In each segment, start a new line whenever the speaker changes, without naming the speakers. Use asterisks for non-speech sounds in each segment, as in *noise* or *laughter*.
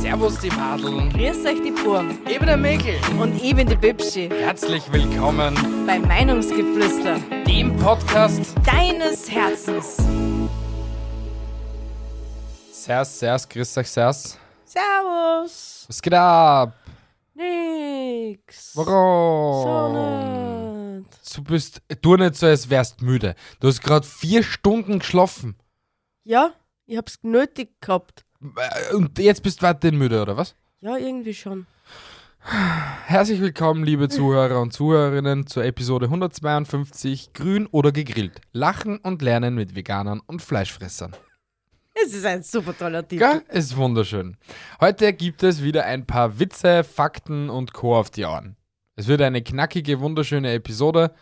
Servus die Madeln,
Grüß euch die Burm
eben der Mäkel.
und ich bin die Bibschi
Herzlich willkommen,
bei Meinungsgeflüster
dem Podcast.
deines Herzens.
Servus, servus, grüß euch, servus.
Servus.
Was geht ab?
Nix.
Warum?
So nicht.
Du bist, du nicht so, als wärst müde. Du hast gerade vier Stunden geschlafen.
Ja, ich hab's nötig gehabt.
Äh, Und jetzt bist du weiterhin müde, oder was?
Ja, irgendwie schon.
Herzlich willkommen, liebe Zuhörer und Zuhörerinnen, zur Episode 152 Grün oder gegrillt. Lachen und lernen mit Veganern und Fleischfressern.
Es ist ein super toller Titel.
Gell? Ist wunderschön. Heute gibt es wieder ein paar Witze, Fakten und Co. auf die Ohren. Es wird eine knackige, wunderschöne Episode,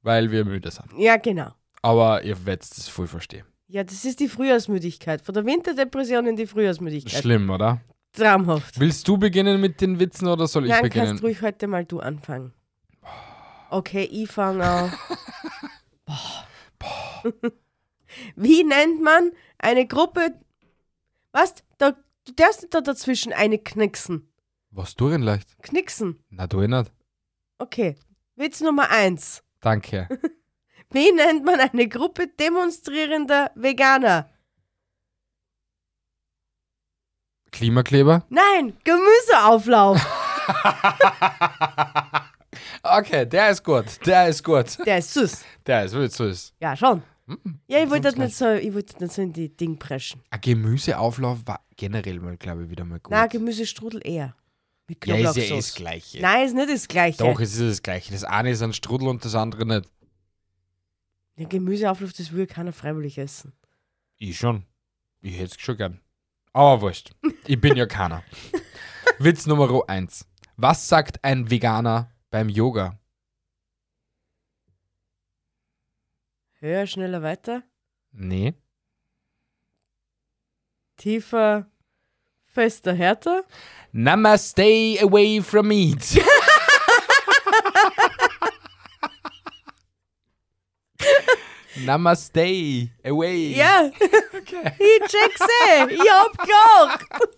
weil wir müde sind.
Ja, genau.
Aber ihr werdet es voll verstehen.
Ja, das ist die Frühjahrsmüdigkeit. Von der Winterdepression in die Frühjahrsmüdigkeit.
Schlimm, oder?
Traumhaft.
Willst du beginnen mit den Witzen oder soll ich
Nein,
beginnen?
kannst ruhig heute mal du anfangen. Okay, ich fange an.
*laughs*
*laughs* Wie nennt man eine Gruppe? Was? Da, du darfst nicht da dazwischen eine knicksen.
Was du denn leicht?
Knicksen.
Na, du eh nicht.
Okay. Witz Nummer eins.
Danke.
Wie nennt man eine Gruppe demonstrierender Veganer? *laughs*
Klimakleber?
Nein, Gemüseauflauf.
Okay, der ist gut. Der ist gut.
Der ist süß.
Der ist wirklich süß.
Ja, schon. Ja, ich wollte das
Hm, sonst
nicht so, ich wollte das nicht so in die Ding preschen.
Ein Gemüseauflauf war generell mal, glaube ich, wieder mal gut.
Na, Gemüsestrudel eher. Mit
ja, ist ja eh
Knoblauchsoße.
das Gleiche.
Nein, ist nicht das Gleiche.
Doch, es ist ja das Gleiche. Das eine ist ein Strudel und das andere nicht.
Eine Gemüseauflauf, das will keiner freiwillig essen.
Ich schon. Ich hätte es schon gern. Aber wurscht. Ich bin ja *laughs* keiner. Witz Nummer 1. Was sagt ein Veganer beim Yoga?
Höher, schneller, weiter.
Nee.
Tiefer, fester, härter.
Nama stay away from meat. *laughs* Namaste, away.
Ja, *laughs*
okay.
ich check's eh. Ich hab gelacht.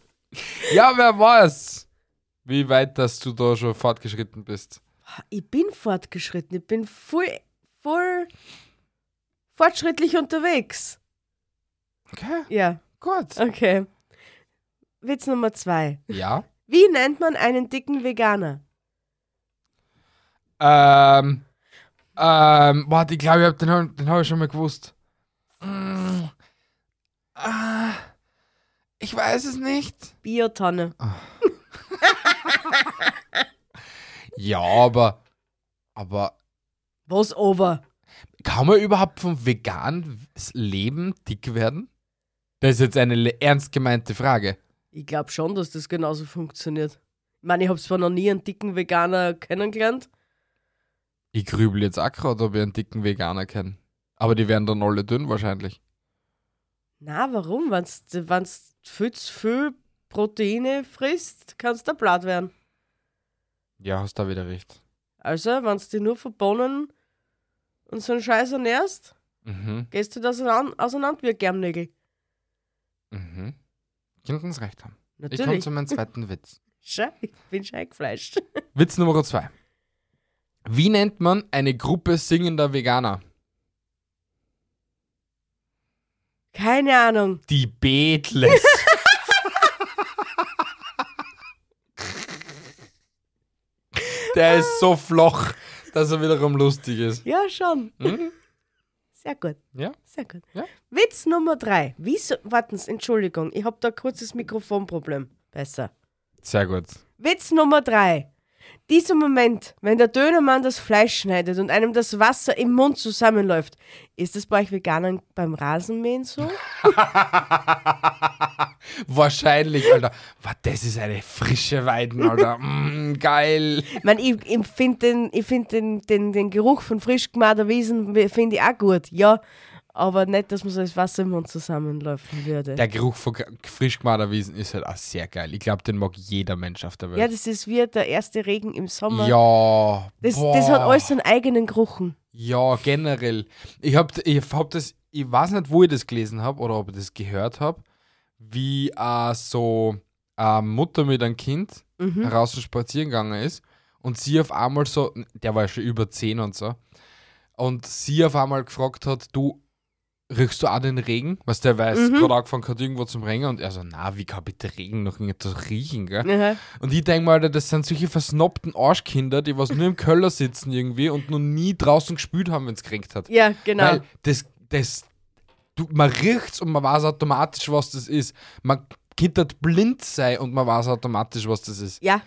ja, wer weiß, wie weit dass du da schon fortgeschritten bist.
Ich bin fortgeschritten. Ich bin voll, voll fortschrittlich unterwegs.
Okay,
Ja,
gut.
okay. Witz Nummer zwei.
Ja.
Wie nennt man einen dicken Veganer?
Ähm, ähm, warte, ich glaube, ich hab den, hab- den habe ich schon mal gewusst. Mm, ah, ich weiß es nicht.
Biotonne.
Ja, aber, aber
Was aber?
kann man überhaupt vom veganen Leben dick werden? Das ist jetzt eine le- ernst gemeinte Frage.
Ich glaube schon, dass das genauso funktioniert. Ich meine, ich habe zwar noch nie einen dicken Veganer kennengelernt.
Ich grübel jetzt auch gerade, ob ich einen dicken Veganer kenne. Aber die werden dann alle dünn wahrscheinlich.
Na, warum? Wenn du viel zu viel Proteine frisst, kannst du blatt werden.
Ja, hast da wieder recht.
Also, wenn du dich nur von Bohnen und so einen Scheiß ernährst,
Mhm,
gehst du das auseinander, auseinander wie ein Germnägel.
mhm. Kinden's recht haben. Ich komme
Natürlich.
zu meinem zweiten Witz.
Schau, ich bin schon eingefleischt.
Witz Nummer 2. Wie nennt man eine Gruppe singender Veganer?
Keine Ahnung.
Die
*laughs*
Beatles. Der ist so floch, dass er wiederum lustig ist.
Ja, schon.
Mhm.
*laughs* Sehr gut.
Ja.
Sehr gut.
Ja.
Witz Nummer drei. Wieso, warten Sie, Entschuldigung, ich habe da ein kurzes Mikrofonproblem. Besser.
Sehr gut.
Witz Nummer 3. Dieser Moment, wenn der Dönermann das Fleisch schneidet und einem das Wasser im Mund zusammenläuft, ist das bei euch Veganern beim Rasenmähen so?
Wahrscheinlich, Alter. Wow, das ist eine frische Weiden,
*laughs*
Alter. Mm, geil.
ich meine, ich, ich finde den, ich find den, den, den Geruch von frisch gemähter Wiesen finde ich auch gut, ja. Aber nicht, dass man so das Wasser im Mund zusammenläufen würde.
Der Geruch von ge- frisch gemalter Wiesen ist halt auch sehr geil. Ich glaube, den mag jeder Mensch auf der
ja,
Welt.
das ist wie der erste Regen im Sommer.
Ja.
das, das hat
boah.
alles seinen eigenen Geruchen.
Ja, generell. Ich hab, ich hab das, ich weiß nicht, wo ich das gelesen habe oder ob ich das gehört habe, wie äh, so eine Mutter mit einem Kind
Mhm.
draußen spazieren gegangen ist und sie auf einmal so, der war ja schon über 10 und so, und sie auf einmal gefragt hat, du, riechst du auch den Regen? Was der weiß,
Mhm.
gerade angefangen hat irgendwo zum Regen und er so, na, wie kann bitte Regen noch irgendetwas riechen, gell?
Aha.
Und ich denke mal, Alter, das sind solche versnobten Arschkinder, die was nur im Keller sitzen irgendwie und noch nie draußen gespült haben, wenn es geregnet hat.
Ja, genau.
Weil das, das, du, man riecht's und man weiß automatisch, was das ist. Man kittert blind sein und man weiß automatisch, was das ist.
ja.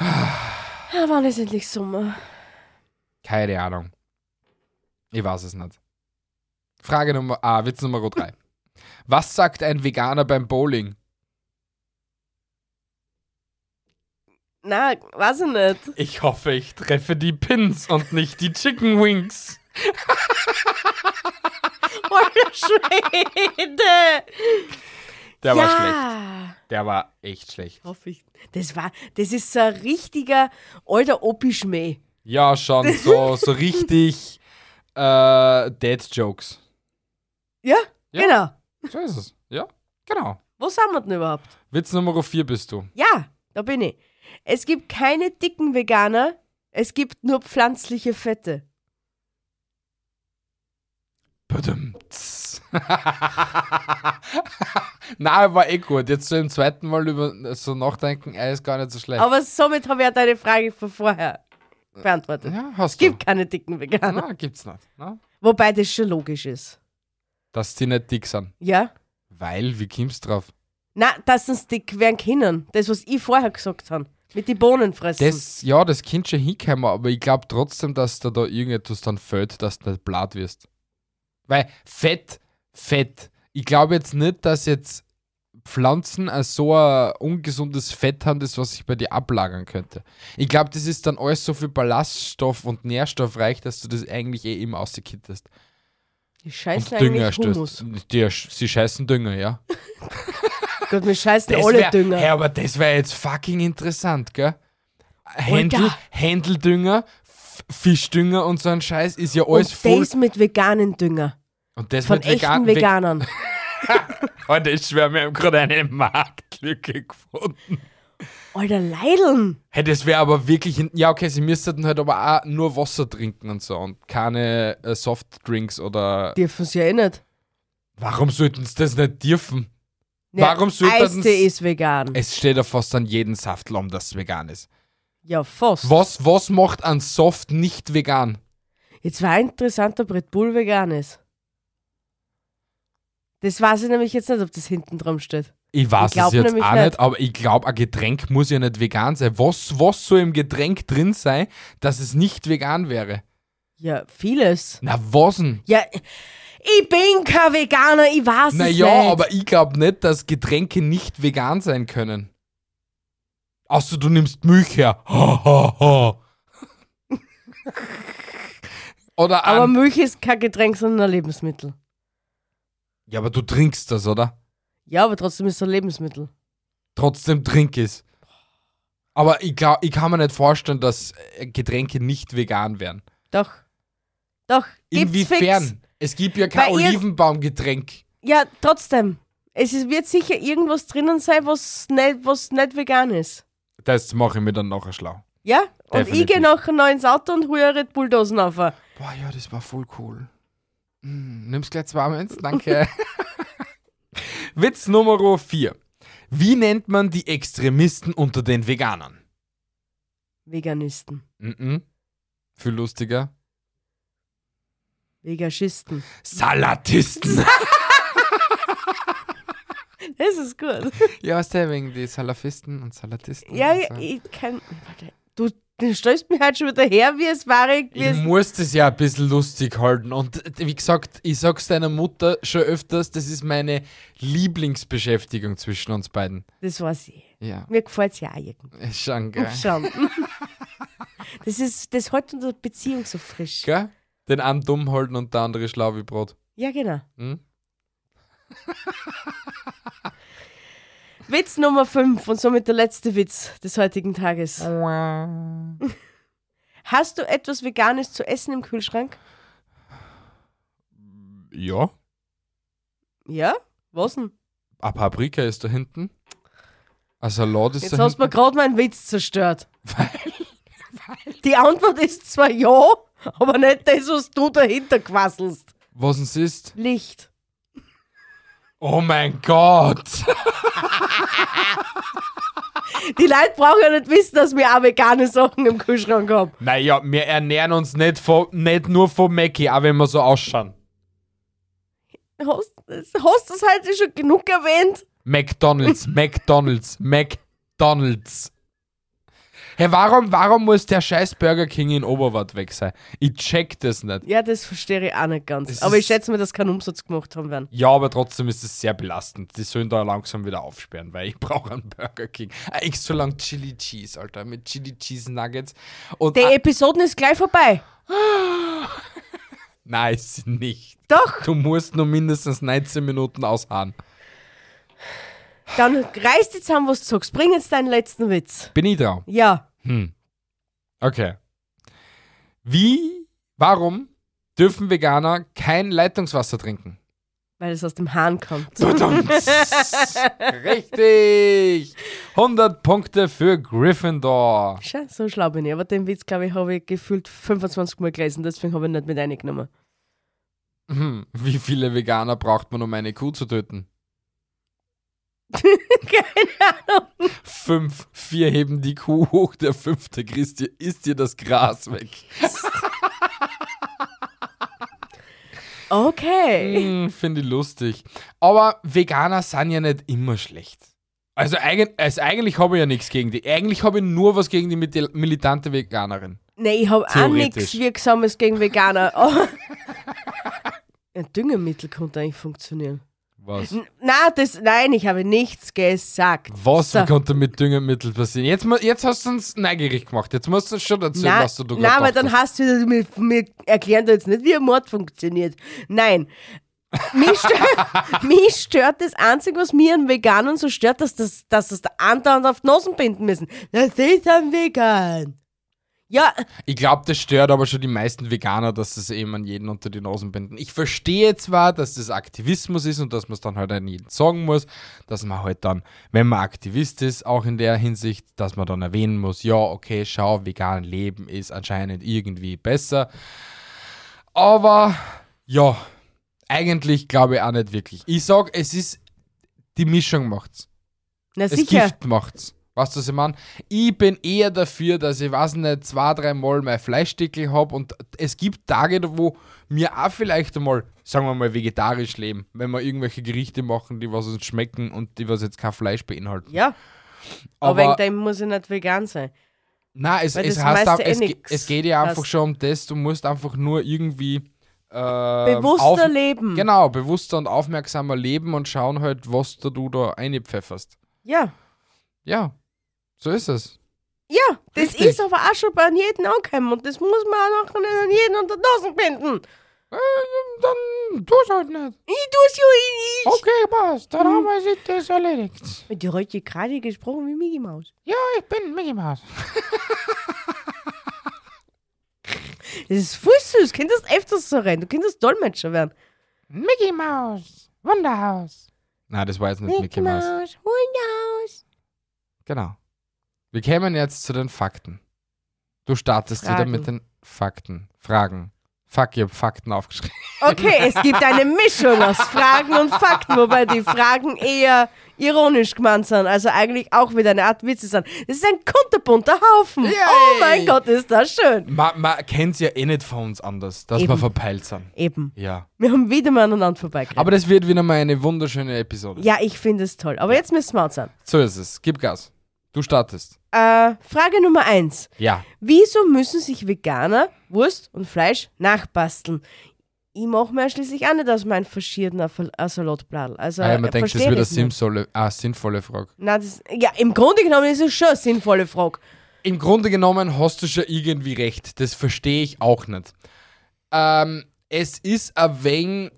ja. Wann ist endlich Sommer?
Keine Ahnung. Ich weiß es nicht. Frage Nummer, ah, Witz Nummer 3.
*laughs*
Was sagt ein Veganer beim Bowling?
Na, weiß ich nicht. *laughs*
Ich hoffe, ich treffe die Pins und nicht die Chicken Wings.
Alter Schwede!
Der
ja.
war schlecht. Der war echt schlecht.
Hoffe ich. Das war, das ist so ein richtiger alter Opi-Schmäh.
Ja, schon so, so richtig äh, Dad-Jokes.
Ja,
Ja.
genau.
So ist es. Ja, genau.
Wo sind wir denn überhaupt?
Witz Nummer 4 bist du.
Ja, da bin ich. Es gibt keine dicken Veganer, es gibt nur pflanzliche Fette.
Badum, *laughs* tss. Na, war eh gut. Jetzt so im zweiten Mal über so nachdenken, er ist gar nicht so schlecht.
Aber somit habe ich ja deine Frage von vorher beantwortet.
ja, hast
Es
du.
gibt keine dicken Veganer.
Na, gibt's nicht. Na?
Wobei das schon logisch ist.
Dass die nicht dick sind.
Ja?
Weil, wie kommst du drauf?
Na, dass uns dick werden können. Das, was ich vorher gesagt habe. Mit die Bohnen fressen.
Das, ja, das Kind schon hinkommen, aber ich glaube trotzdem, dass da, da irgendetwas dann fällt, dass du nicht blatt wirst. Weil Fett, Fett. Ich glaube jetzt nicht, dass jetzt Pflanzen ein so ein ungesundes Fett haben, das was sich bei dir ablagern könnte. Ich glaube, das ist dann alles so viel Ballaststoff und nährstoffreich, dass du das eigentlich eh immer ausgekittest.
die
Und
scheißen
Dünger
eigentlich Hummus.
stößt. Die, sie scheißen Dünger, ja.
Gott, mir scheißen
Das
alle
wär-
Dünger.
Hey, aber das wäre jetzt fucking interessant, gell? Händel,
Alter.
Händeldünger, F- Fischdünger und so ein Scheiß ist ja alles
Und
voll.
das mit veganen Dünger.
und das
Von
mit
echten
vegan- Oh, Ve-
Veganern.
Alter, ich schwör, wir haben gerade eine Marktlücke gefunden.
Alter, Leideln.
Hey, das wäre aber wirklich. hin- Ja, okay, sie müssten halt aber auch nur Wasser trinken und so und keine äh, Softdrinks oder.
Dürfen sie ja eh nicht.
Warum sollten sie das nicht dürfen?
Ja,
Warum sollte das-
Eistee ist vegan.
Es steht ja fast an jedem Saftl um, dass es vegan ist.
Ja, fast.
Was, was macht ein Soft nicht vegan?
Jetzt war interessant, ob Red Bull vegan ist. Das weiß ich nämlich jetzt nicht, ob das hinten drum steht.
Ich weiß
Ich glaub
es jetzt auch
nämlich
nicht,
nicht.
aber ich glaube, ein Getränk muss ja nicht vegan sein. Was, was soll im Getränk drin sein, dass es nicht vegan wäre?
Ja, vieles.
Na, was denn?
Ja, ich bin kein Veganer, ich weiß es
Naja,
nicht.
aber ich glaube nicht, dass Getränke nicht vegan sein können. Außer du nimmst Milch her. *laughs* Ha, ha, ha. oder
aber
an,
Milch ist kein Getränk, sondern ein Lebensmittel.
Ja, aber du trinkst das, oder?
Ja, aber trotzdem ist es ein Lebensmittel.
Trotzdem trink es. Aber ich, glaub, ich kann mir nicht vorstellen, dass äh, Getränke nicht vegan wären.
Doch. Doch. Gibt's Fix.
Inwiefern? Es gibt ja kein
Bei ihr-
Olivenbaumgetränk.
Ja, trotzdem. Es ist, wird sicher irgendwas drinnen sein, was nicht, was nicht vegan ist.
Das mache ich mir dann nachher schlau.
Ja? Und ich
Definitiv.
gehe nachher noch ins Auto und hole eine Red Bulldosen auf.
Boah, ja, das war voll cool. Mm, nimm's gleich zwei eins, danke. *laughs* Witz Nummer 4. Wie nennt man die Extremisten unter den Veganern?
Veganisten.
Mhm. Viel lustiger.
Vegaschisten.
Salatisten.
Das
*laughs*
ist gut.
ja, was der wegen die Salafisten und Salatisten.
Ja,
und
ja
so.
ich kann. Warte. Du, du stellst mich halt schon wieder her, wie es war. Wie
Ich
es,
muss das ja ein bisschen lustig halten. Und wie gesagt, ich sag's deiner Mutter schon öfters, das ist meine Lieblingsbeschäftigung zwischen uns beiden.
das war sie.
Ja, *laughs*
Mir gefällt es ja auch irgendwie.
ist schon geil.
Schon.
*laughs*
Das, ist, das hält unsere Beziehung so frisch.
Gell? Den einen dumm halten und der andere schlau wie Brot.
Ja, genau.
Hm?
*laughs* Witz Nummer 5 und somit der letzte Witz des heutigen
Also
Tages. Hast du etwas Veganes zu essen im Kühlschrank?
Ja,
Ja? Was denn?
eine Paprika ist da hinten. Ein Salat ist
Jetzt
da
hast du mir
hinten-
gerade meinen Witz zerstört.
*laughs* Weil-
Die Antwort ist zwar ja, aber nicht das, was du dahinter quasselst.
Was es ist?
Licht.
Oh mein Gott! *laughs*
Die Leute brauchen ja nicht wissen, dass wir auch vegane Sachen im Kühlschrank haben.
Naja, wir ernähren uns nicht, von, nicht nur von Mackie, auch wenn wir so ausschauen.
Hast hast du es heute schon genug erwähnt?
McDonalds, McDonalds, McDonalds. Hey, warum, warum muss der scheiß Burger King in Oberwart weg sein? Ich check das nicht.
Ja, das verstehe ich auch nicht ganz.
Das
aber ich
ist-
schätze mal, dass keinen Umsatz gemacht haben werden.
Ja, aber trotzdem ist es sehr belastend. Die sollen da langsam wieder aufsperren, weil ich *laughs* brauche einen Burger King. Eigentlich so lang Chili Cheese, Alter, mit Chili Cheese Nuggets. Und
Die
ah,
Episoden ist gleich vorbei.
*laughs* nein, ist nicht.
Doch,
Du musst nur mindestens 19 Minuten ausharren.
dann reißt jetzt an, was du sagst. Bring jetzt deinen letzten Witz.
Bin ich dran.
Ja,
Okay. Wie, warum dürfen Veganer kein Leitungswasser trinken?
weil es aus dem Hahn kommt.
Verdammt. *laughs* Richtig. 100 Punkte für Gryffindor.
Schau, so schlau bin ich. Aber den Witz, glaube ich, habe ich gefühlt 25 Mal gelesen. Deswegen habe ich ihn nicht mit eingenommen.
Hm, Wie viele Veganer braucht man, um eine Kuh zu töten? Keine Ahnung. Fünf, vier heben die Kuh hoch, der fünfte Christ dir, isst dir das Gras weg.
Okay.
Hm, Finde ich lustig. Aber Veganer sind ja nicht immer schlecht. Also, eigen, also eigentlich habe ich ja nichts gegen die. Eigentlich habe ich nur was gegen die mil- militante Veganerin.
Nein, ich habe auch
Theoretisch.
nichts Wirksames gegen *laughs* Veganer. Oh. Aber- Ein Düngemittel konnte eigentlich funktionieren.
Was?
N- Na, das, nein, ich habe nichts gesagt.
Was
So.
konnte mit Düngemittel passieren? Jetzt, mu- jetzt hast du uns neugierig gemacht. Jetzt musst du uns schon erzählen,
Nein,
was du da
nein,
gerade
aber dann
gedacht
hast du wieder, mir, mir erklären da jetzt nicht, wie ein Mord funktioniert. Nein.
*laughs*
mich, stört, mich stört das Einzige, was mir an Veganern so stört, dass das, dass das da andauernd auf die Nosen binden müssen. Das ist ein Vegan. Ja,
Ich glaube, das stört aber schon die meisten Veganer, dass das eben an jeden unter die Nasen binden. Ich verstehe zwar, dass das Aktivismus ist und dass man es dann halt an jeden sagen muss, dass man halt dann, wenn man Aktivist ist, auch in der Hinsicht, dass man dann erwähnen muss, ja, okay, schau, vegan leben ist anscheinend irgendwie besser. Aber ja, eigentlich glaube ich auch nicht wirklich. Ich sag, es ist die Mischung macht's.
na
Das
sicher.
Gift macht's. Weißt du, was ich meine? Ich bin eher dafür, dass ich, weiß nicht, zwei, drei Mal mein Fleischstickel habe und es gibt Tage, wo mir auch vielleicht einmal, sagen wir mal, vegetarisch leben, wenn wir irgendwelche Gerichte machen, die was uns schmecken und die was jetzt kein Fleisch beinhalten.
Ja, aber,
Aber,
wegen dem muss ich nicht vegan sein.
nein, es,
weil
es,
das
heißt
weißt
auch,
du eh
es, ge-
nix.
es geht ja einfach
Heißt-
schon um das, du musst einfach nur irgendwie ähm,
Bewusster
auf-
leben.
Genau, bewusster und aufmerksamer leben und schauen halt, was da du da einpfefferst.
Ja.
Ja, so ist es.
Ja, das
Richtig.
ist aber auch schon bei jedem angekommen und das muss man auch noch nicht an jeden unter Dosen binden.
Äh, Dann tu's halt nicht.
Ich tu's ja eh nicht.
Okay, passt. Dann haben wir sich das erledigt.
Und die heute gerade gesprochen wie Mickey Maus.
Ja, ich bin Mickey Mouse.
Das ist voll süß, könntest öfters so rein, du könntest Dolmetscher werden.
Mickey Mouse. Wunderhaus. Na, das war jetzt nicht Mickey Mouse.
Hundehaus.
Genau. Wir kämen jetzt zu den Fakten. Du startest wieder
Fragen.
mit den Fakten. Fragen. Fuck, ich hab Fakten aufgeschrieben.
Okay, es gibt eine Mischung aus Fragen und Fakten, wobei die Fragen eher ironisch gemeint sind, also eigentlich auch wieder eine Art Witze sind. Das ist ein kunterbunter Haufen.
Yay.
Oh mein Gott, ist das schön.
Man, man kennt's ja eh nicht von uns anders, dass wir
Eben.
verpeilt sind.
Eben,
Ja.
wir haben wieder mal aneinander vorbeigeredet.
Aber das wird wieder mal eine wunderschöne Episode.
Ja, ich finde es toll. Aber jetzt müssen wir uns an.
So ist es. Gib Gas. Du startest.
Äh, Frage Nummer eins.
Ja.
Wieso müssen sich Veganer Wurst und Fleisch nachbasteln? Ich mache mir schließlich auch nicht aus meinem verschierten Salatbladel. Also,
Weil Ah, man
äh,
denkt, das
versteh
wird eine
das nicht.
sinnvolle, ah, sinnvolle Frage.
Nein, das, ja, im Grunde genommen ist es schon eine sinnvolle Frage.
Im Grunde genommen hast du schon irgendwie recht. Das verstehe ich auch nicht. Ähm, es ist ein wenig,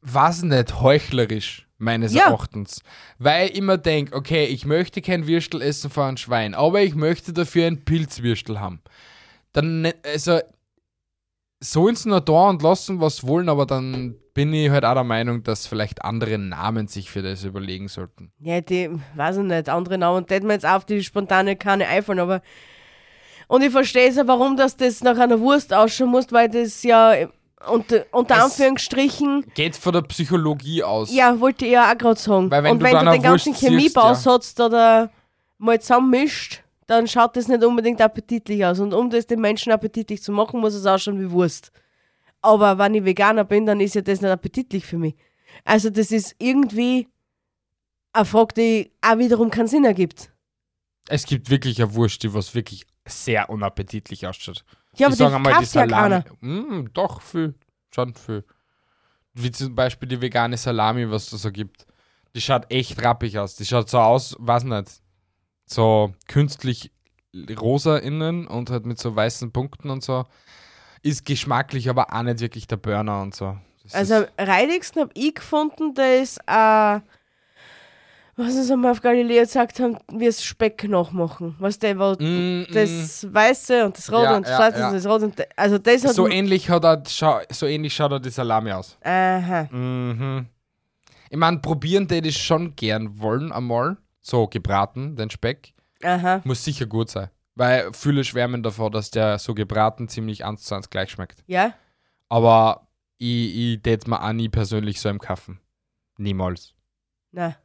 was nicht, heuchlerisch, meines
Ja.
Erachtens. Weil ich immer denke, okay, ich möchte kein Würstel essen von einem Schwein, aber ich möchte dafür ein Pilzwürstel haben. Dann, ne- also, sollen sie nur da und lassen, was wollen, aber dann bin ich halt auch der Meinung, dass vielleicht andere Namen sich für das überlegen sollten.
Ja, die, weiß ich nicht, andere Namen täten mir jetzt auf die spontane keine einfallen, aber. Und ich verstehe es ja, warum dass das nach einer Wurst ausschauen muss, weil das ja äh, unter, unter
Es-
Anführungsstrichen.
Geht von der Psychologie aus.
Ja, wollte ich ja auch gerade sagen.
Weil wenn
und
du
wenn
dann
du
eine
den ganzen
Wurst ziehst,
Chemiebaus
ja.
hast oder mal zusammenmischt, dann schaut das nicht unbedingt appetitlich aus. Und um das den Menschen appetitlich zu machen, muss es ausschauen wie Wurst. Aber wenn ich Veganer bin, dann ist ja das nicht appetitlich für mich. Also das ist irgendwie eine Frage, die auch wiederum keinen Sinn ergibt.
Es gibt wirklich eine Wurst, die was wirklich sehr unappetitlich ausschaut.
Ja,
ich sage
aber
einmal, die
das kauft ja
Salami.
keiner.
Mm, doch, viel. Schon viel. Wie zum Beispiel die vegane Salami, was es da so gibt. Die schaut echt rappig aus. Die schaut so aus, weiß nicht, so künstlich rosa innen und halt mit so weißen Punkten und so. Ist geschmacklich, aber auch nicht wirklich der Burner und so. Das
Also
ist,
am reidigsten habe ich gefunden, da ist, äh, was uns einmal auf Galileo gesagt haben, wir es Speck nachmachen. Weißt du, wo
Mm, mm.
das Weiße und das Rote
Ja,
und das
ja,
Schwarze
ja.
und das Rote und de- also das hat
so,
m-
ähnlich hat er, schau, so ähnlich schaut er die Salami aus.
Aha.
Mhm. Ich meine, probieren hätte ich schon gern wollen einmal. So gebraten, den Speck.
Aha.
Muss sicher gut sein. Weil viele schwärmen davor, dass der so gebraten ziemlich eins zu eins gleich schmeckt.
Ja.
Aber ich, ich tät mir auch nie persönlich so im Kaffen. Niemals.
Na.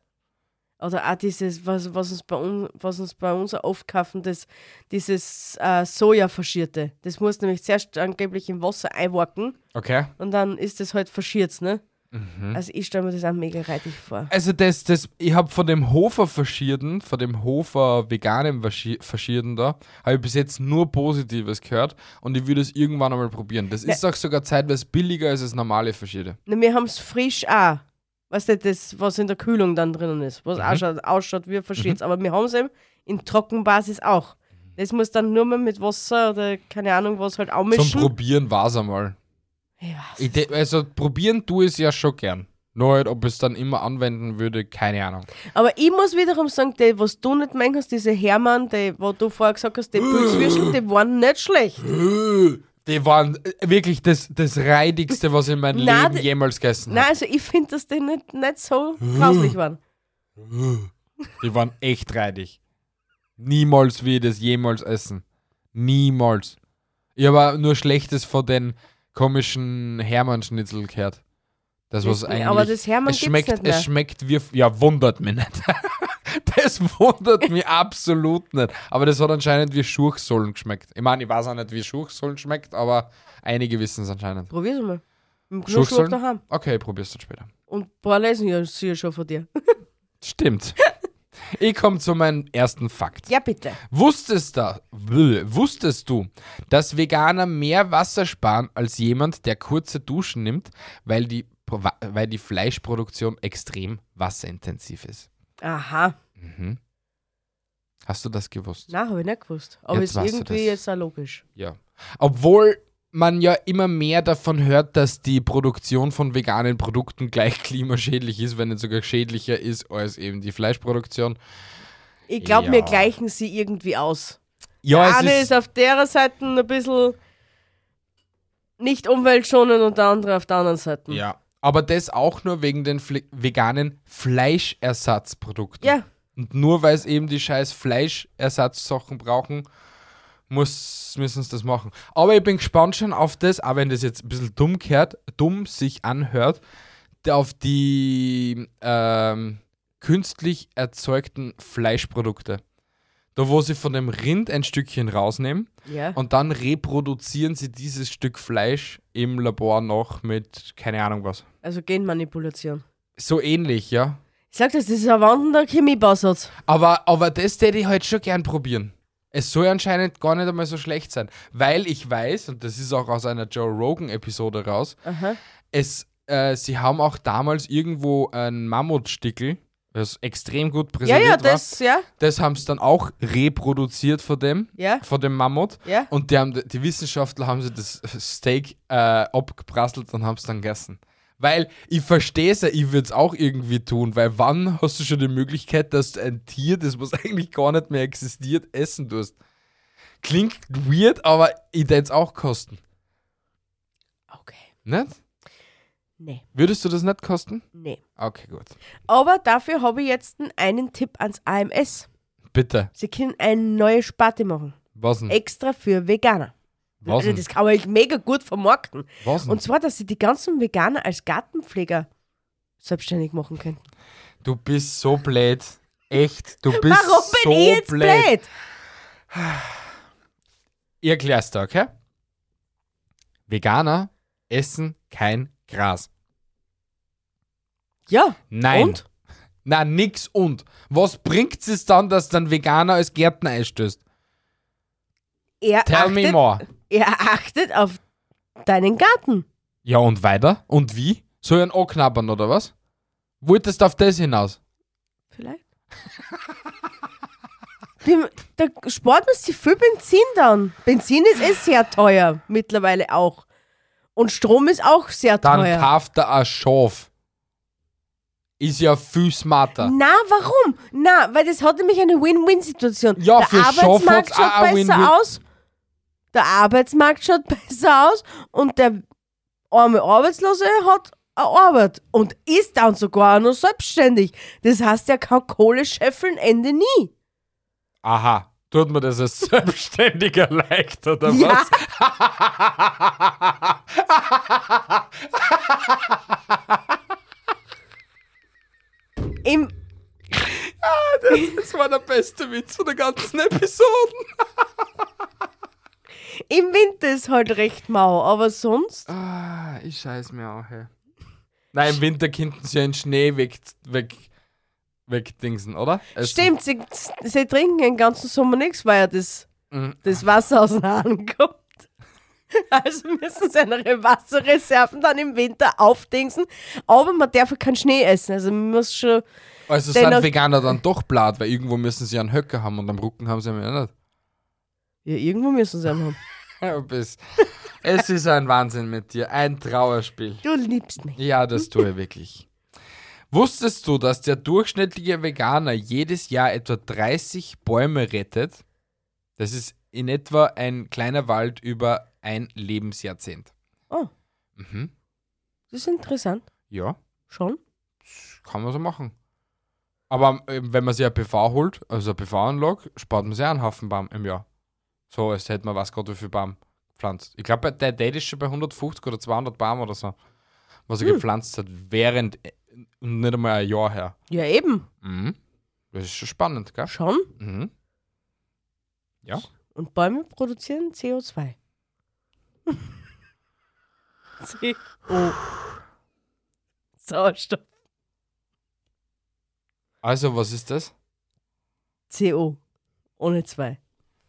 Oder auch dieses, was, was uns bei uns, was uns bei uns oft kaufen, das, dieses äh, Soja verschierte. Das muss nämlich zuerst angeblich im Wasser einwacken
Okay?
und dann ist das halt verschiert, ne?
Mhm.
Also ich stelle mir das auch mega reitig vor.
Also das, das, ich habe von dem Hofer verschieden, von dem Hofer veganen Verschi- verschieden da, habe ich bis jetzt nur Positives gehört und ich würde es irgendwann einmal probieren. Das ist auch sogar zeitweise billiger als das normale Verschiede.
Na, Ne, wir haben es frisch auch. Weißt du, das, was in der Kühlung dann drinnen ist, was
Mhm.
ausschaut, ausschaut wie verschiedens. Aber wir haben es eben in Trockenbasis auch. Das muss dann nur mal mit Wasser oder keine Ahnung was halt
Mhm. Zum
aufmischen.
Probieren war es einmal.
Ich weiß.
Ich de- also probieren tue ich es ja schon gern. Nur halt, ob ich es dann immer anwenden würde, keine Ahnung.
Aber ich muss wiederum sagen, die, was du nicht meinst, hast, diese Hermann, die, wo du vorher gesagt hast, die Pulswürstchen, die waren nicht schlecht.
Mhm. Äh, Die waren äh, wirklich das, das Reidigste, was ich in meinem
Nein,
Leben
die-
jemals gegessen
Nein,
habe.
also ich finde, dass die nicht, nicht so grauslich waren.
Die waren echt reidig. Niemals will ich das jemals essen. Niemals. Ich habe auch nur Schlechtes von den komischen Hermann-Schnitzel gehört. Das was
Das-
eigentlich.
aber das Hermann
es
gibt's
schmeckt,
nicht mehr.
Es schmeckt wie. Ja, wundert mich nicht. *laughs* das wundert mich absolut nicht. Aber das hat anscheinend wie Schurchsohlen geschmeckt. Ich meine, ich weiß auch nicht, wie Schurchsohlen schmeckt, aber einige wissen es anscheinend.
Probier's mal. Im Knuschel
Schurchsohlen?
daheim.
Okay, ich probier's dann später.
Und ein paar lesen ja sicher schon von dir.
Stimmt. *laughs* ich komme zu meinem ersten Fakt.
Ja, bitte.
Wusstest, da, will, wusstest du, dass Veganer mehr Wasser sparen als jemand, der kurze Duschen nimmt, weil die, Pro- wa- weil die Fleischproduktion extrem wasserintensiv ist?
Aha.
Mhm. Hast du das gewusst?
Nein, habe ich nicht gewusst. Aber
Jetzt
ist
weißt du
irgendwie
das.
jetzt auch logisch.
Ja. Obwohl man ja immer mehr davon hört, dass die Produktion von veganen Produkten gleich klimaschädlich ist, wenn nicht sogar schädlicher ist als eben die Fleischproduktion.
Ich glaube, wir
Ja.
gleichen sie irgendwie aus.
Ja,
Eine ist auf derer Seite ein bisschen nicht umweltschonend und der andere auf der anderen Seite.
Ja. Aber das auch nur wegen den Fle veganen Fleischersatzprodukten.
Ja,
Und nur weil es eben die scheiß Fleischersatzsachen brauchen, muss, müssen sie das machen. Aber ich bin gespannt schon auf das, auch wenn das jetzt ein bisschen dumm, kehrt, dumm sich anhört, der- auf die ähm, künstlich erzeugten Fleischprodukte. Da, wo sie von dem Rind ein Stückchen rausnehmen
ja.
und dann reproduzieren sie dieses Stück Fleisch im Labor noch mit keine Ahnung was.
Also Genmanipulation.
So ähnlich, ja.
Ich sag das, das ist ein wandelnder Chemiebausatz.
Aber, aber das hätte ich halt schon gern probieren. Es soll anscheinend gar nicht einmal so schlecht sein, weil ich weiß, und das ist auch aus einer Joe Rogan-Episode raus,
Aha.
es, äh, sie haben auch damals irgendwo einen Mammutstickel, das extrem gut
Ja,
präsentiert
ja,
war,
das, ja,
das haben sie dann auch reproduziert von dem,
ja,
von dem Mammut.
ja.
Und die, haben, die Wissenschaftler haben sie das Steak äh, abgeprasselt und haben es dann gegessen. Weil ich verstehe es ja, ich würde es auch irgendwie tun, weil wann hast du schon die Möglichkeit, dass du ein Tier, das was *laughs* eigentlich gar nicht mehr existiert, essen tust? Klingt weird, aber ich würde es auch kosten. Nicht?
Nee,
Würdest du das nicht kosten?
nee.
Okay, gut.
Aber dafür habe ich jetzt einen Tipp ans AMS.
Bitte.
Sie können eine neue Sparte machen.
Was denn?
Extra für Veganer.
Hm. Was
Also
denn?
das kann man eigentlich mega gut vermarkten.
Was denn?
Und zwar, dass sie die ganzen Veganer als Gartenpfleger selbstständig machen können.
Du bist so blöd. Echt,
*laughs*
du bist
Warum
so
bin ich jetzt
blöd.
blöd?
Ihr erklärst da, okay? Veganer essen kein Gras.
Ja.
Nein.
Und?
Na, nix und. Was bringt es dann, dass dann Veganer als Gärtner einstößt?
Er
Tell
achtet,
me more.
Er achtet auf deinen Garten.
Ja, und weiter? Und wie? Soll ich einen anknabbern, oder was? Wolltest du auf das hinaus? *laughs*
Vielleicht. Dem, da spart man sich viel Benzin dann. Benzin ist eh sehr teuer mittlerweile auch. Und Strom ist auch sehr
Dann
teuer.
kauft er ein Schaf. Ist ja viel smarter.
Na, warum? Na, weil das hat nämlich eine Win-Win-Situation.
Ja,
der
für
Arbeitsmarkt
Schafhotz
schaut
auch ein
besser
Win-Win.
aus. Der Arbeitsmarkt schaut *laughs* besser aus und der arme Arbeitslose hat eine Arbeit und ist dann sogar noch selbstständig. Das heißt, er kann Kohle scheffeln Ende nie.
Aha. Tut mir das als *laughs* Selbstständiger leicht, oder
Ja.
was? *laughs*
Im,
*laughs* Das war der beste Witz von der ganzen Episode.
Im Winter ist halt recht mau, aber sonst.
Ah, ich scheiß mir auch, hey. Nein, im Winter könnten sie ja den Schnee weg, weg, wegdingsen, oder? Es-
Stimmt, sie, sie trinken den ganzen Sommer nichts, weil ja das,
Mhm.
das Wasser aus den Haaren kommt. Also müssen sie ihre Wasserreserven dann im Winter aufdingsen. Aber man darf ja keinen Schnee essen. Also man muss schon.
Also
Dennoch-
sind Veganer dann doch blatt, weil irgendwo müssen sie einen Höcker haben und am Rücken haben sie ihn ja nicht. *laughs*
Ja, irgendwo müssen sie einen haben.
Ja, bis- es ist ein Wahnsinn mit dir, ein Trauerspiel.
Du liebst mich.
Ja, das tue ich wirklich. Wusstest du, dass der durchschnittliche Veganer jedes Jahr etwa 30 Bäume rettet? Das ist in etwa ein kleiner Wald über ein Lebensjahrzehnt.
Oh,
Mhm.
das ist interessant.
Ja,
Schon.
kann man so machen. Aber ähm, wenn man sich ein PV holt, also eine PV-Anlage, spart man sich auch einen Haufen Baum im Jahr. So, als hätte man was gerade wie viel Baum gepflanzt. Ich glaube, der Dad ist schon bei 150 oder 200 Baum oder so, was er gepflanzt hat, während äh, nicht einmal ein Jahr her.
Ja, eben.
Mhm. Das ist schon spannend, gell?
Schon.
Mhm. Ja.
Und Bäume produzieren CO2. CO. Sauerstoff.
Also, was ist das?
CO. Ohne zwei.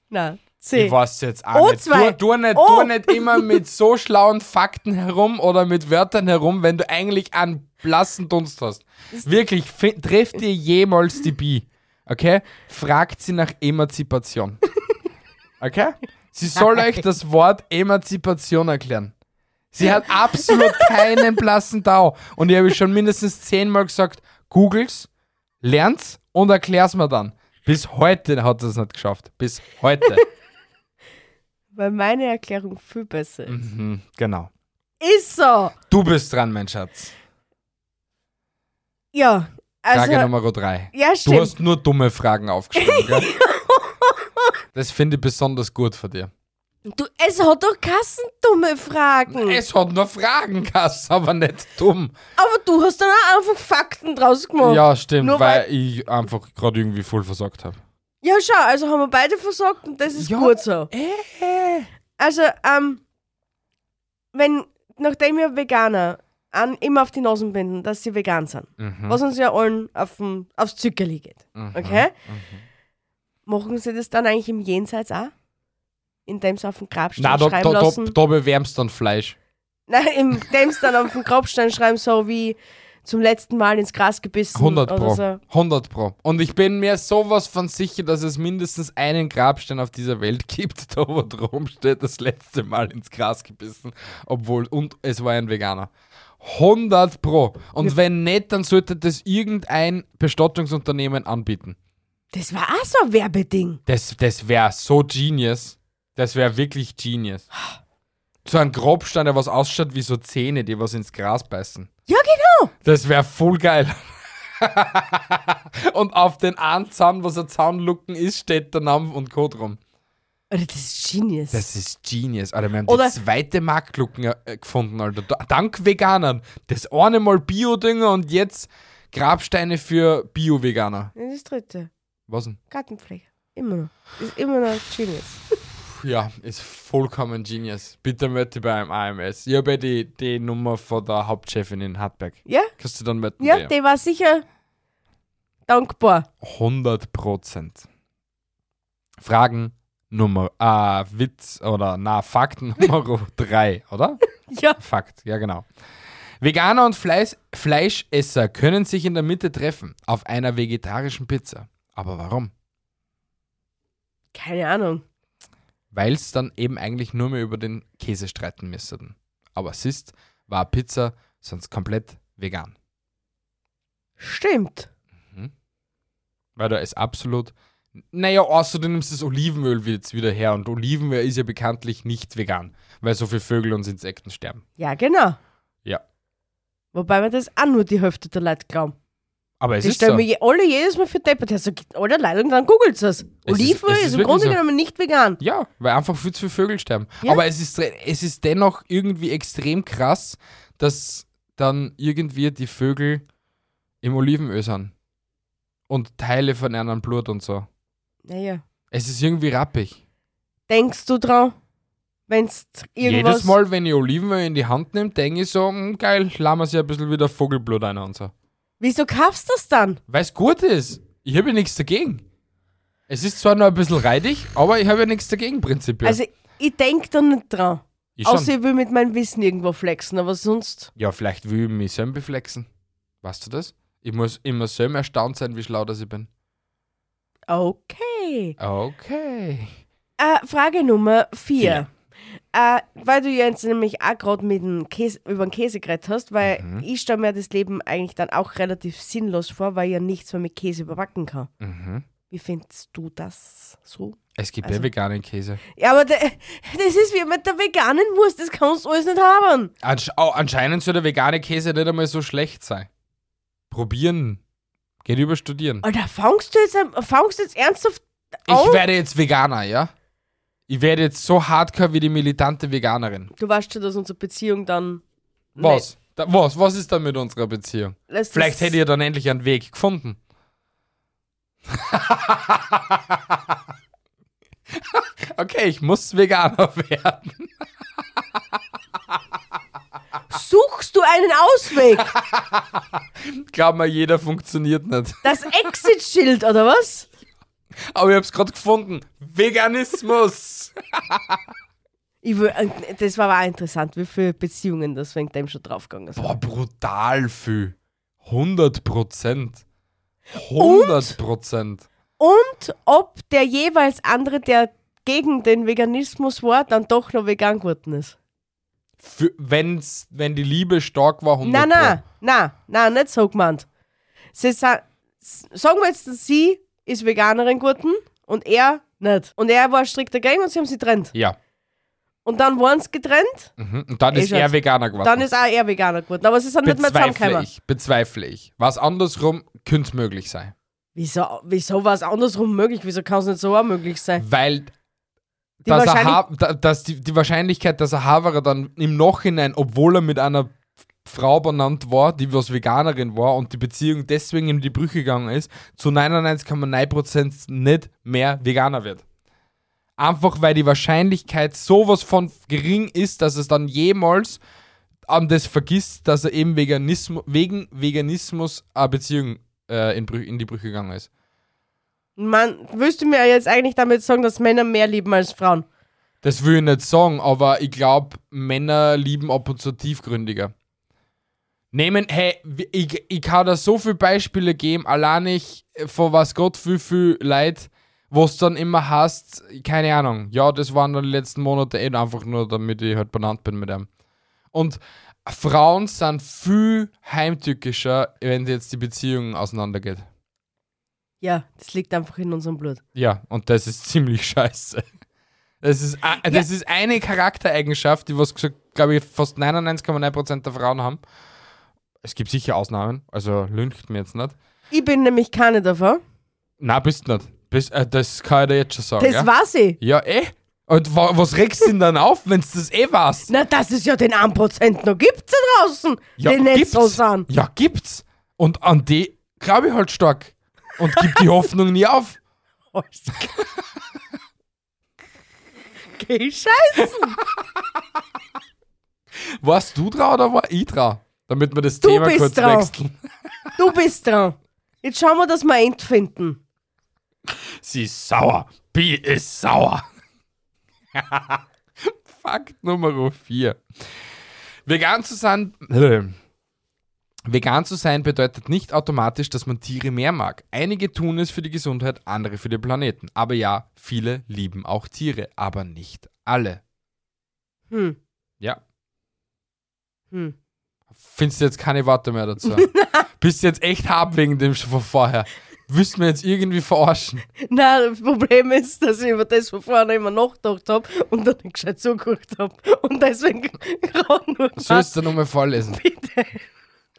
Na,
Ich
C.
weiß jetzt auch nicht.
O2.
Du, du, nicht,
Oh.
du nicht immer mit so schlauen Fakten herum oder mit Wörtern herum, wenn du eigentlich einen blassen Dunst hast. Wirklich, fi- trifft dir jemals die Bi. Okay? Fragt sie nach Emanzipation. Okay? Sie soll euch das Wort Emanzipation erklären. Sie hat absolut keinen blassen Tau. Und ich habe schon mindestens zehnmal gesagt, googles, lern's und erklär's mir dann. Bis heute hat sie es nicht geschafft. Bis heute.
Weil meine Erklärung viel besser ist.
Mhm, genau.
Ist so.
Du bist dran, mein Schatz.
Ja.
Frage
Also,
Nummer drei.
ja,
Du
stimmt.
hast nur dumme Fragen aufgeschrieben,
*laughs*
gell? Das finde ich besonders gut von dir.
Du, es hat doch Kassen dumme Fragen.
Es hat nur Fragen, Kass, aber nicht dumm.
Aber du hast dann auch einfach Fakten draus gemacht.
Ja, stimmt,
nur
weil ich einfach gerade irgendwie voll versagt habe.
Ja, schau, also haben wir beide versagt und das ist
Ja.
gut so. Also, ähm, wenn, nachdem wir Veganer an, immer auf die Nasen binden, dass sie vegan sind,
Mhm.
was uns ja allen aufm, aufs Zuckerli geht,
Mhm.
okay? Machen sie das dann eigentlich im Jenseits auch? Indem sie auf den Grabstein
Na, da, da,
schreiben
da,
lassen?
da bewärmst du dann Fleisch.
Nein, indem sie dann auf den Grabstein schreiben, so wie zum letzten Mal ins Gras gebissen
100
oder
Pro.
so.
100 Pro. Und ich bin mir sowas von sicher, dass es mindestens einen Grabstein auf dieser Welt gibt, *laughs* da wo drum steht, das letzte Mal ins Gras gebissen. Obwohl, und es war ein Veganer. 100 Pro. Und wenn nicht, dann sollte das irgendein Bestattungsunternehmen anbieten.
Das war auch so ein Werbeding.
Das, das wäre so genius. Das wäre wirklich genius. zu einem Grabstein, der was ausschaut wie so Zähne, die was ins Gras beißen.
Ja, genau.
Das wäre voll geil. *laughs* und auf den einen Zahn, was ein Zahnlucken ist, steht der Name und Code rum.
Alter, das ist Genius.
Das ist Genius. Alter, wir haben
Oder-
die zweite Marktlucken äh, gefunden, Alter. Da- Dank Veganern. Das eine Mal Bio-Dünger und jetzt Grabsteine für Bio-Veganer.
das ist das dritte.
Was denn?
Gartenpflege. Immer noch. Ist immer noch Genius.
Puh, ja, ist vollkommen Genius. Bitte melde beim AMS. Ich habe ja die, die Nummer von der Hauptchefin in Hartberg.
Ja?
Kannst du dann melden?
Ja,
bei ihr?
der war sicher dankbar.
100 Prozent. Fragen Nummer, ah, Witz oder, na, Fakt Nummer 3, oder?
Ja.
Fakt, ja genau. Veganer und Fleiß, Fleischesser können sich in der Mitte treffen, auf einer vegetarischen Pizza. Aber warum?
Keine Ahnung.
Weil es dann eben eigentlich nur mehr über den Käse streiten müssten. Aber sist, war Pizza sonst komplett vegan.
Stimmt.
Weil da ist absolut. Naja, außer du nimmst das Olivenöl jetzt wieder her. Und Olivenöl ist ja bekanntlich nicht vegan, weil so viele Vögel und Insekten sterben.
Ja, genau.
Ja.
Wobei mir das auch nur die Hälfte der Leute glauben.
Aber es
Die
ist so.
stellen mir je- alle jedes Mal für deppert her. So, oder Leitung, dann googelt es.
ist- es
Olivenöl ist,
ist
im
wirklich
Grunde
so.
genommen nicht vegan.
Ja, weil einfach viel zu viele Vögel sterben.
Ja.
Aber es ist, es ist dennoch irgendwie extrem krass, dass dann irgendwie die Vögel im Olivenöl sind. Und Teile von einem Blut und so.
Naja.
Es ist irgendwie rappig.
Denkst du dran, wenn es irgendwas...
Jedes Mal, wenn ich Olivenöl in die Hand nehme, denke ich so, "Mm, geil, lahm sie ein bisschen wieder Vogelblut einer und so.
Wieso kaufst du das dann?
Weil es gut ist. Ich habe ja nichts dagegen. Es ist zwar noch ein bisschen reidig, aber ich habe ja nichts dagegen prinzipiell.
Also, ich denke da nicht dran.
ich schon.
Außer ich will mit meinem Wissen irgendwo flexen, aber sonst...
ja, vielleicht will ich mich selber beflexen. Weißt du das? Ich muss immer selber erstaunt sein, wie schlau das ich bin.
Okay.
Okay.
Äh, Frage Nummer vier. Äh, weil du ja jetzt nämlich auch gerade mit dem Käse, über den Käse geredet hast, weil
Mhm.
ich stelle mir das Leben eigentlich dann auch relativ sinnlos vor, weil ich ja nichts mehr mit Käse überbacken kann.
Mhm.
Wie findest du das so?
Es gibt
Also-
ja veganen Käse.
Ja, aber de- *laughs* das ist wie mit der veganen Wurst, das kannst du alles nicht haben.
Ansch au- anscheinend soll der vegane Käse nicht einmal so schlecht sein. Probieren. Geht über studieren.
Alter, fangst du jetzt, am- fangst du jetzt ernsthaft
Ich
an?
werde jetzt Veganer, ja? Ich werde jetzt so hardcore wie die militante Veganerin.
Du weißt schon, dass unsere Beziehung dann...
Was? Da, was? Was ist da mit unserer Beziehung?
Nein, das
Vielleicht
ist-
hätte ihr dann endlich einen Weg gefunden. *laughs* okay, ich muss Veganer *laughs* werden.
Suchst du einen Ausweg? *laughs*
Glaub mal, jeder funktioniert nicht.
Das Exit-Schild, oder was?
Aber ich hab's gerade gefunden. Veganismus!
Ich will, das war aber auch interessant, wie viele Beziehungen das wegen dem schon draufgegangen
*laughs*
sind.
Boah, brutal viel. 100 Prozent. 100 Prozent.
Und ob der jeweils andere, der gegen den Veganismus war, dann doch noch vegan geworden ist.
Für- Wenn's, wenn die Liebe stark war, 100
Nein, nein, nein, nein, nicht so gemeint. Sie sa s- sagen wir jetzt, dass sie ist Veganerin geworden und er nicht. Und er war strikt dagegen und sie haben sie getrennt.
Ja.
Und dann waren sie getrennt,
Mhm. Und dann
Eh
ist
schon.
er Veganer geworden.
dann ist auch er Veganer geworden. Aber sie sind nicht mehr
Bezweifle
zusammengekommen.
ich, bezweifle ich. Was andersrum könnte möglich sein.
Wieso, wieso war es andersrum möglich? Wieso kann es nicht so auch möglich sein?
Weil
Die
dass er
Wahrscheinlich-
Ha- da- dass die, die Wahrscheinlichkeit, dass er Haverer dann im Nachhinein, obwohl er mit einer Frau benannt war, die was Veganerin war und die Beziehung deswegen in die Brüche gegangen ist, zu 99,9% nicht mehr Veganer wird. Einfach weil die Wahrscheinlichkeit sowas von gering ist, dass es dann jemals an das vergisst, dass er eben Veganismus, wegen Veganismus eine Beziehung äh, in, Brü- in die Brüche gegangen ist.
Man, willst du mir jetzt eigentlich damit sagen, dass Männer mehr lieben als Frauen?
Das will ich nicht sagen, aber ich glaube, Männer lieben ab und zu tiefgründiger. Nehmen, hey, wie- ich, ich kann da so viele Beispiele geben, allein ich, äh, von was Gott viel, viel Leid, wo es dann immer heißt, keine Ahnung, ja, das waren dann die letzten Monate eh einfach nur, damit ich halt benannt bin mit einem. Und Frauen sind viel heimtückischer, wenn jetzt die Beziehung auseinandergeht.
Ja, das liegt einfach in unserem Blut.
*laughs* Ja, und das ist ziemlich scheiße. Das ist, a- das ist eine Charaktereigenschaft, die was gesagt, glaube ich, fast 99,9% der Frauen haben. Es gibt sicher Ausnahmen, also lüncht mir jetzt nicht.
Ich bin nämlich keine davon.
Na, bist nicht. Bist, äh, das kann ich dir jetzt schon sagen.
Das
Oh ja?
weiß ich.
Ja, eh. Und wa was regst du denn dann auf, wenn es das eh warst?
Na, dass es ja den 1% noch gibt da draußen,
Ja,
den nicht so sind.
Ja, gibt's. Und an die glaube ich halt stark. Und gib
*laughs*
die Hoffnung nie auf.
Alles klar. *laughs* Geh scheißen.
Warst du dran oder war ich dran? Damit wir das
Du
Thema
bist
kurz
dran.
wechseln.
Du bist dran. Jetzt schauen wir, dass wir ein End finden.
Sie ist sauer. B ist sauer. *laughs* Fakt Nummer 4. Vegan zu sein. *clears throat* Vegan zu sein bedeutet nicht automatisch, dass man Tiere mehr mag. Einige tun es für die Gesundheit, andere für den Planeten. Aber ja, viele lieben auch Tiere, aber nicht alle.
Hm,
Ja.
hm.
Findest du jetzt keine Worte mehr dazu? Bist du jetzt echt hab wegen dem schon von vorher? Willst du mir jetzt irgendwie verarschen?
Nein, das Problem ist, dass ich über das von vorne immer nachgedacht habe und dann nicht gescheit zugeguckt habe. Und deswegen *laughs* gerade nur
Sollst du nochmal vorlesen?
bitte,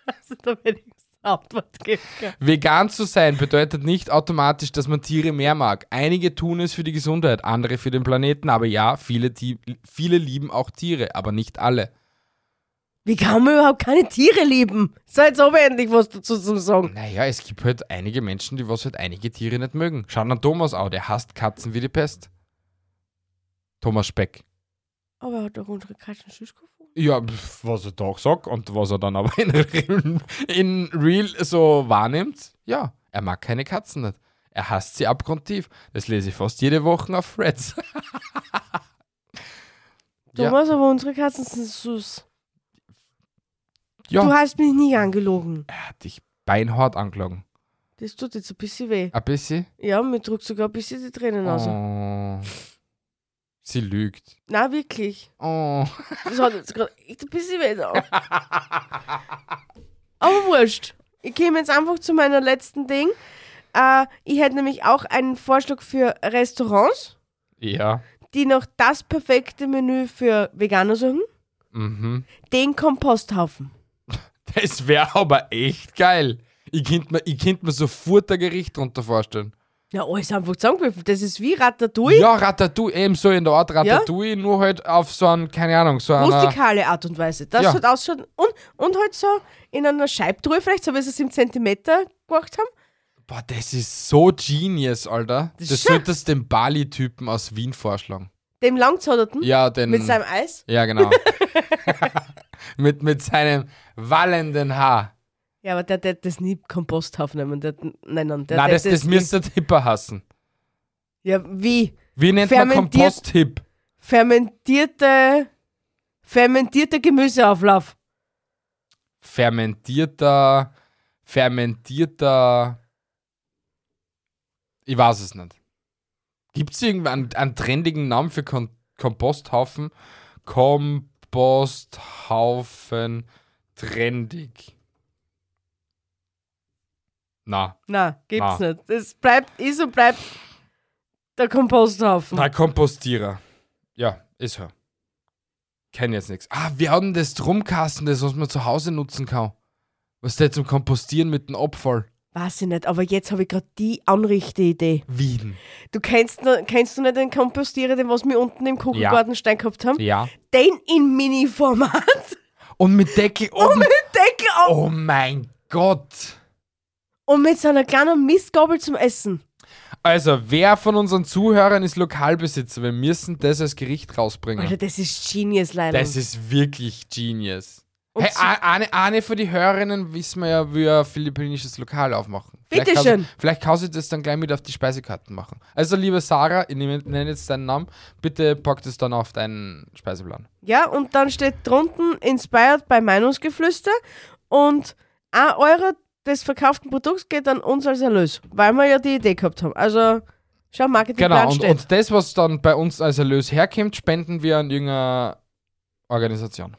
dass ich da wenigstens eine Antwort geben kann.
Vegan zu sein bedeutet nicht automatisch, dass man Tiere mehr mag. Einige tun es für die Gesundheit, andere für den Planeten. Aber ja, viele, Ti- viele lieben auch Tiere, aber nicht alle.
Wie kann man überhaupt keine Tiere lieben? Seid so endlich was dazu zu sagen.
Naja, es gibt halt einige Menschen, die was halt einige Tiere nicht mögen. Schau an Thomas an, der hasst Katzen wie die Pest. Thomas Speck.
Aber er hat doch unsere Katzen süß gefunden.
Ja, pf, was er da auch sagt und was er dann aber in, Real- in Real so wahrnimmt, ja, er mag keine Katzen nicht. Er hasst sie abgrundtief. Das lese ich fast jede Woche auf Threads. Ja.
Thomas, aber unsere Katzen sind süß.
Ja.
Du hast mich nie angelogen.
Er hat dich beinhart angelogen.
Das tut jetzt ein bisschen weh.
Ein bisschen?
Ja, mir drückt sogar ein bisschen die Tränen aus.
Oh. Sie lügt.
Na wirklich.
Oh.
Das hat jetzt gerade echt ein bisschen weh da. *laughs* Aber wurscht. Ich käme jetzt einfach zu meiner letzten Ding. Äh, ich hätte nämlich auch einen Vorschlag für Restaurants,
Ja.
die noch das perfekte Menü für Veganer suchen.
Mhm.
Den Komposthaufen.
Das wäre aber echt geil. Ich könnte mir, ich könnt mir sofort ein Gericht drunter vorstellen.
Ja, alles einfach zusammengewürfelt. Das ist wie Ratatouille.
Ja, Ratatouille, eben so in der Art Ratatouille, nur halt auf so einen, keine Ahnung, so einer.
rustikale Art und Weise. Das
Ja.
hat ausschaut und, und halt so in einer Scheibtruhe, vielleicht so wie sie es im Zentimeter gemacht haben.
Boah, das ist so genius, Alter.
Das
Das
ist schon-
solltest du dem Bali-Typen aus Wien vorschlagen.
Dem Langzoderten
Ja, den.
mit seinem Eis.
ja, genau. *laughs* mit, mit seinem wallenden Haar.
Ja, aber der der das nie Komposthaufen nennen. Der, nein, nein, der,
Nein,
der,
das, das müsste der Hipper hassen.
Ja, wie?
Wie nennt man
Fermentiert-
Kompost-Hip?
Fermentierte, fermentierte Gemüseauflauf.
Fermentierter, fermentierter. Ich weiß es nicht. Gibt es irgendeinen einen trendigen Namen für Kon Komposthaufen? Komposthaufen trendig. Na,
Na, gibt's
Na.
nicht. Das bleibt, ist und bleibt der Komposthaufen.
na Kompostierer. Ja, ist er. Kenn jetzt nichts. Ah, wir haben das Drumkasten, das was man zu Hause nutzen kann. Was der zum Kompostieren mit dem Abfall?
Weiß ich nicht, aber jetzt habe ich gerade die anrichte Idee.
Wien.
Du kennst, noch- kennst du nicht den Kompostierer, den was wir unten im Kugelgartenstein gehabt haben?
Ja.
Den in Mini-Format. *laughs*
Und mit Deckel oben.
Deckel auf
Oh mein Gott.
und mit so einer kleinen Mistgabel zum Essen.
Also, wer von unseren Zuhörern ist Lokalbesitzer? Wir müssen das als Gericht
Alter,
rausbringen.
das ist Genius, leider.
Das ist wirklich genius.
Also Und
Hey,
so-
a- eine, eine von den Hörerinnen wissen wir ja, wie wir ein philippinisches Lokal aufmachen.
Bitte
Vielleicht
schön.
Kann, vielleicht kannst du das dann gleich mit auf die Speisekarten machen. Also, liebe Sarah, ich nehme- nenne jetzt deinen Namen. Bitte pack das dann auf deinen Speiseplan.
Ja, und dann steht drunten Inspired by Meinungsgeflüster und ein Euro des verkauften Produkts geht an uns als Erlös, weil wir ja die Idee gehabt haben. Also, schau, Marketingplan
Genau, und,
steht.
und das, was dann bei uns als Erlös herkommt, spenden wir an irgendeine Organisation.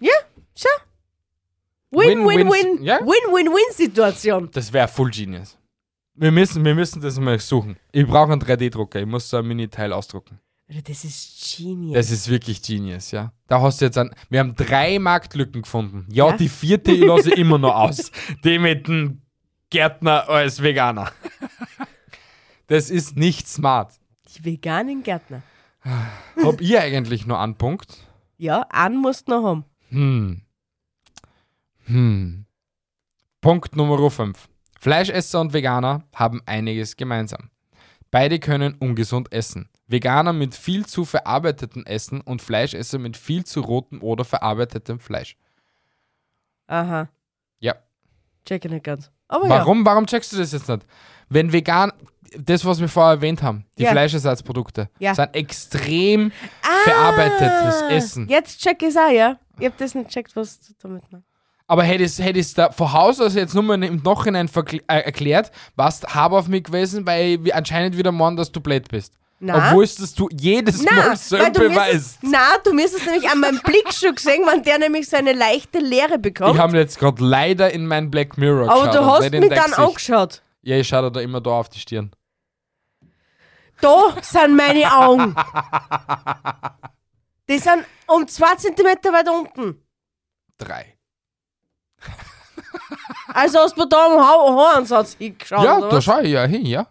Win-win-win-
Win-win-win.
ja?
Win-win-win-Situation.
Das wäre full genius. Wir müssen, wir müssen das mal suchen. Ich brauche einen 3D-Drucker. Ich muss so ein Mini-Teil ausdrucken.
Alter, das ist genius.
Das ist wirklich genius, ja. Da hast du jetzt an. Wir haben drei Marktlücken gefunden. Ja,
Ja.
die vierte ich lasse ich immer noch aus. *laughs* Die mit dem Gärtner als Veganer. Das ist nicht smart.
Die veganen Gärtner.
Hab ich eigentlich nur einen Punkt?
Ja, einen musst du noch haben.
Hm. Hm. Punkt Nummer 5. Fleischesser und Veganer haben einiges gemeinsam. Beide können ungesund essen. Veganer mit viel zu verarbeitetem Essen und Fleischesser mit viel zu rotem oder verarbeitetem Fleisch.
Aha.
Ja.
Check ich nicht ganz. Aber Oh ja.
Warum, warum checkst du das jetzt nicht? Wenn vegan, das, was wir vorher erwähnt haben, die
Ja.
Fleischersatzprodukte,
Ja. Ah.
sind extrem verarbeitetes Essen.
Jetzt check ich es auch, ja. Ich hab das nicht gecheckt, was du damit meinst.
Aber hätte ich es da von Haus aus jetzt nur mal im Nachhinein verkl- äh, erklärt, was hab auf mich gewesen, weil ich anscheinend wieder meinen, dass du blöd bist.
Na.
Obwohl es du jedes Mal
Nein,
so
weil du
beweist.
müsstest, nein, du müsstest nämlich an meinem Blick schon gesehen, wenn der nämlich so eine leichte Leere bekommt.
Ich habe jetzt gerade leider in meinen Black Mirror
aber
geschaut.
du
und
hast
nicht in
mich
dein
dann
Gesicht.
angeschaut.
Ja, ich schaue da immer da auf die Stirn.
Da sind meine Augen. Die sind um zwei Zentimeter weit unten.
Drei.
Also hast du da am Ha- Haaransatz hingeschaut.
ja,
oder
da
was?
schaue ich ja hin, ja.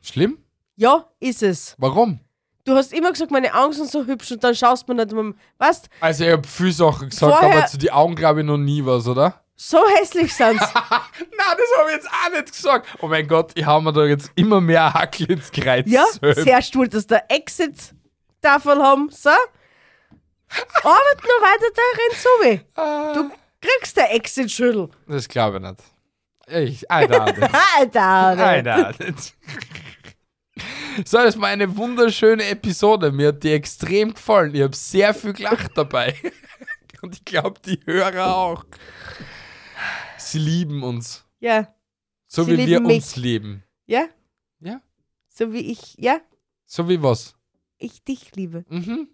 Schlimm?
ja, ist es.
Warum?
Du hast immer gesagt, meine Augen sind so hübsch und dann schaust du mir nicht mehr. Weißt
Also, ich habe viele Sachen gesagt,
Vorher-
aber zu den Augen glaube ich noch nie was, oder?
so hässlich sind sie.
Nein, das habe ich jetzt auch nicht gesagt. Oh mein Gott, ich hau mir da jetzt immer mehr Hackel ins Kreuz. *laughs*
Ja,
Söhn.
sehr stuhl, dass der Exit davon haben. So. Arbeit nur weiter da rein zu.
Ah,
Du kriegst der Exit-Schüttel.
Das glaube ich nicht. Ich, I doubt it.
Alter, *laughs* Alter.
I doubt it. So, das war eine wunderschöne Episode. Mir hat die extrem gefallen. Ich habe sehr viel gelacht dabei. *laughs* Und ich glaube, die Hörer auch. Sie lieben uns.
Ja,
So
Sie
wie wir
lieben mich.
uns lieben.
ja.
Ja.
So wie ich, ja,
So wie was?
ich dich liebe.
Mhm.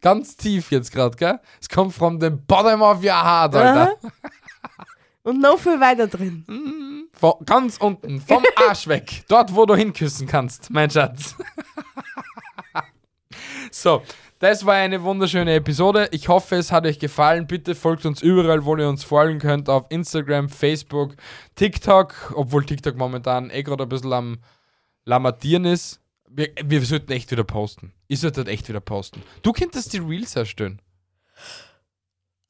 Ganz tief jetzt gerade, gell? Es kommt from the bottom of your heart, Alter.
Und noch viel weiter drin.
Von, ganz unten, vom Arsch weg. Dort, wo du hinküssen kannst, mein Schatz. *laughs* so, das war eine wunderschöne Episode. Ich hoffe, es hat euch gefallen. Bitte folgt uns überall, wo ihr uns folgen könnt. Auf Instagram, Facebook, TikTok. Obwohl TikTok momentan eh gerade ein bisschen am lamentieren ist. Wir, wir sollten echt wieder posten. Ich sollte echt wieder posten. Du könntest die Reels erstellen.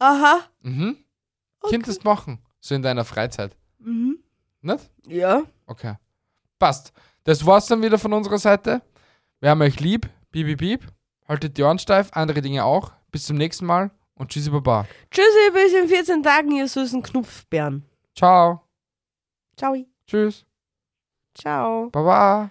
Aha.
Mhm. Könntest machen. So in deiner Freizeit.
Mhm.
Nicht?
Ja.
Okay. Passt. Das war's dann wieder von unserer Seite. Wir haben euch lieb. Piep, piep, piep. Haltet die Ohren steif, andere Dinge auch. Bis zum nächsten Mal und tschüssi, baba.
Tschüssi, bis in 14 Tagen, ihr süßen Knupfbären.
Ciao.
Ciao.
Tschüss.
Ciao.
Baba.